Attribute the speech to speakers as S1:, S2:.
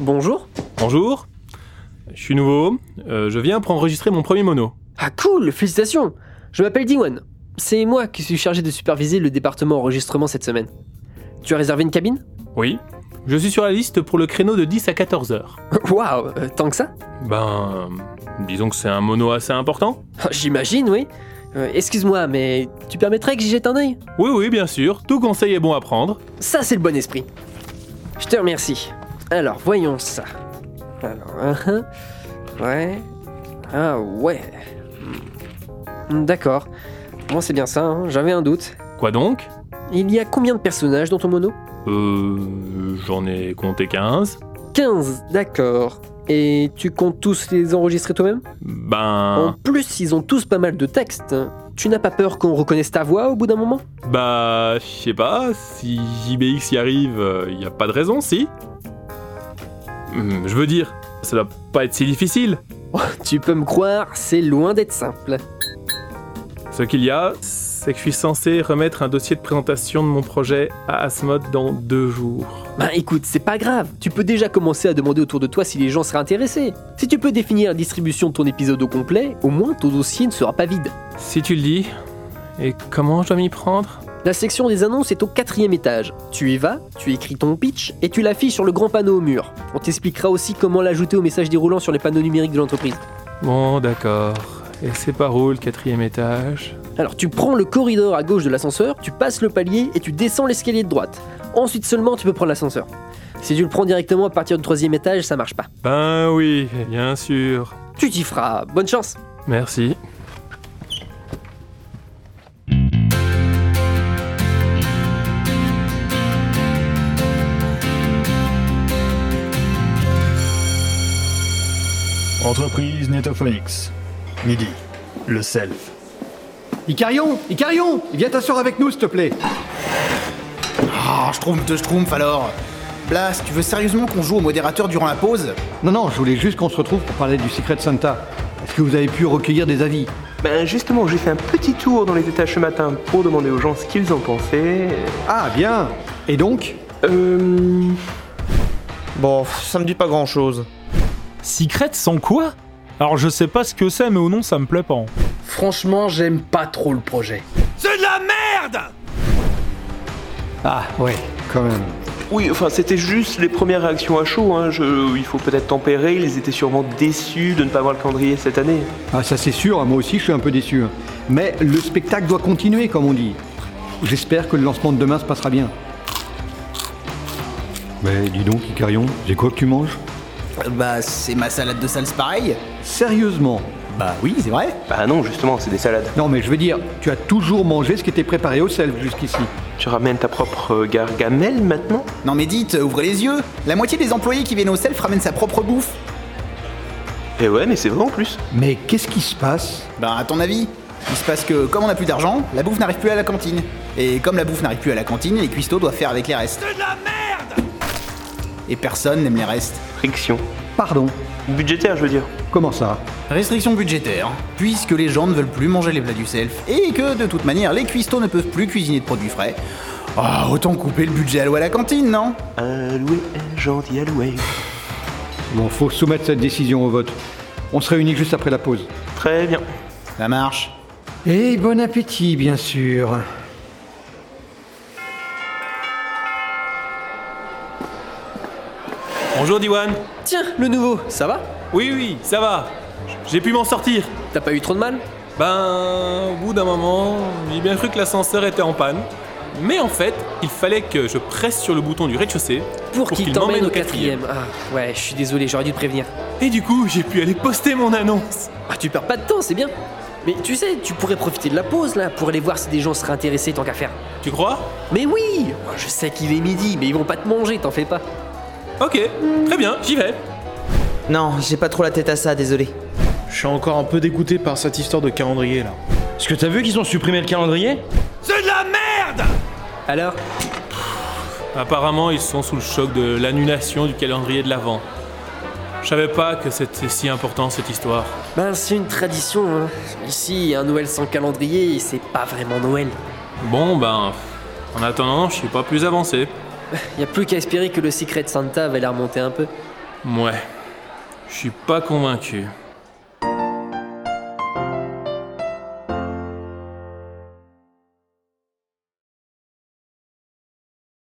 S1: Bonjour.
S2: Bonjour, je suis nouveau, euh, je viens pour enregistrer mon premier mono.
S1: Ah cool, félicitations. Je m'appelle Dingwan. C'est moi qui suis chargé de superviser le département enregistrement cette semaine. Tu as réservé une cabine
S2: Oui, je suis sur la liste pour le créneau de 10 à 14 heures.
S1: Waouh, euh, tant que ça
S2: Ben, euh, disons que c'est un mono assez important.
S1: Ah, J'imagine, oui. Euh, Excuse-moi, mais tu permettrais que j'y jette un œil
S2: Oui, oui, bien sûr, tout conseil est bon à prendre.
S1: Ça, c'est le bon esprit. Je te remercie. Alors, voyons ça. Alors, hein, hein. ouais. Ah ouais. Hmm. D'accord. Moi, c'est bien ça, hein, j'avais un doute.
S2: Quoi donc
S1: Il y a combien de personnages dans ton mono
S2: Euh, j'en ai compté 15.
S1: 15, d'accord. Et tu comptes tous les enregistrer toi-même En
S2: Ben,
S1: plus, ils ont tous pas mal de textes. Tu n'as pas peur qu'on reconnaisse ta voix au bout d'un moment
S2: bah, je sais pas, si JBX y arrive, il a pas de raison, si Hum, Je veux dire, ça doit pas être si difficile.
S1: Tu peux me croire, c'est loin d'être simple.
S2: Ce qu'il y a, c'est que je suis censé remettre un dossier de présentation de mon projet à Asmod dans deux jours.
S1: Ben écoute, c'est pas grave. Tu peux déjà commencer à demander autour de toi si les gens seraient intéressés. Si tu peux définir la distribution de ton épisode au complet, au moins ton dossier ne sera pas vide.
S2: Si tu le dis, et comment je dois m'y prendre
S1: La section des annonces est au quatrième étage. Tu y vas, tu écris ton pitch et tu l'affiches sur le grand panneau au mur. On t'expliquera aussi comment l'ajouter au message déroulant sur les panneaux numériques de l'entreprise.
S2: Bon, d'accord. Et c'est par où le quatrième étage
S1: Alors tu prends le corridor à gauche de l'ascenseur, tu passes le palier et tu descends l'escalier de droite. Ensuite seulement tu peux prendre l'ascenseur. Si tu le prends directement à partir du troisième étage, ça marche pas.
S2: Ben oui, bien sûr.
S1: Tu t'y feras, bonne chance
S2: Merci.
S3: Entreprise Netophonics. Midi. Le self.
S4: Icarion Icarion Viens t'asseoir avec nous, s'il te plaît
S5: Ah, je trouve de schtroumpf alors Blas, tu veux sérieusement qu'on joue au modérateur durant la pause
S4: Non, non, je voulais juste qu'on se retrouve pour parler du secret de Santa. Est-ce que vous avez pu recueillir des avis
S6: Ben justement, j'ai fait un petit tour dans les étages ce matin pour demander aux gens ce qu'ils en pensaient.
S4: Ah, bien Et donc
S6: Euh...
S7: Bon, ça me dit pas grand chose.
S8: Secret sans quoi Alors je sais pas ce que c'est, mais au nom ça me plaît pas. hein.
S9: Franchement, j'aime pas trop le projet.
S4: Ah, ouais, quand même.
S6: Oui, enfin, c'était juste les premières réactions à chaud. Hein. Je... Il faut peut-être tempérer. Ils étaient sûrement déçus de ne pas voir le calendrier cette année.
S4: Ah, ça c'est sûr, moi aussi je suis un peu déçu. hein. Mais le spectacle doit continuer, comme on dit. J'espère que le lancement de demain se passera bien. Mais dis donc, Icarion, c'est quoi que tu manges
S5: Euh, Bah, c'est ma salade de salse pareil
S4: Sérieusement
S5: Bah oui, c'est vrai
S6: Bah non, justement, c'est des salades.
S4: Non, mais je veux dire, tu as toujours mangé ce qui était préparé au self jusqu'ici.
S6: Tu ramènes ta propre euh, gargamelle maintenant
S5: Non mais dites, euh, ouvrez les yeux La moitié des employés qui viennent au self ramènent sa propre bouffe
S6: Eh ouais, mais c'est vrai en plus.
S4: Mais qu'est-ce qui se passe
S5: Bah, à ton avis Il se passe que, comme on a plus d'argent, la bouffe n'arrive plus à la cantine. Et comme la bouffe n'arrive plus à la cantine, les cuistots doivent faire avec les restes. C'est de la merde Et personne n'aime les restes.
S6: Friction.
S4: Pardon
S6: Budgétaire, je veux dire.
S4: Comment ça
S5: Restriction budgétaire, puisque les gens ne veulent plus manger les plats du self, et que de toute manière les cuistots ne peuvent plus cuisiner de produits frais. Ah, autant couper le budget alloué à la cantine, non
S6: Alloué, gentil alloué.
S4: Bon, faut soumettre cette décision au vote. On se réunit juste après la pause.
S6: Très bien.
S5: Ça marche.
S4: Et bon appétit, bien sûr.
S2: Bonjour Diwan.
S1: Tiens, le nouveau, ça va
S2: Oui, oui, ça va. J'ai pu m'en sortir.
S1: T'as pas eu trop de mal
S2: Ben, au bout d'un moment, j'ai bien cru que l'ascenseur était en panne. Mais en fait, il fallait que je presse sur le bouton du rez-de-chaussée
S1: Pour qu'il t'emmène au quatrième. Ah, ouais, je suis désolé, j'aurais dû te prévenir.
S2: Et du coup, j'ai pu aller poster mon annonce.
S1: Ah, tu perds pas de temps, c'est bien. Mais tu sais, tu pourrais profiter de la pause là pour aller voir si des gens seraient intéressés tant qu'à faire.
S2: Tu crois
S1: Mais oui Oh, Je sais qu'il est midi, mais ils vont pas te manger, t'en fais pas.
S2: Ok, très bien, j'y vais.
S7: Non, j'ai pas trop la tête à ça, désolé.
S9: Je suis encore un peu dégoûté par cette histoire de calendrier là.
S8: Parce que t'as vu qu'ils ont supprimé le calendrier
S1: Alors
S2: Apparemment, ils sont sous le choc de l'annulation du calendrier de l'Avent. Je savais pas que c'était si important cette histoire.
S1: Ben, c'est une tradition. hein. Ici, un Noël sans calendrier, c'est pas vraiment Noël.
S2: Bon, ben, en attendant, je suis pas plus avancé.
S1: Y a plus qu'à espérer que le secret de Santa va les remonter un peu.
S2: Ouais. Je suis pas convaincu.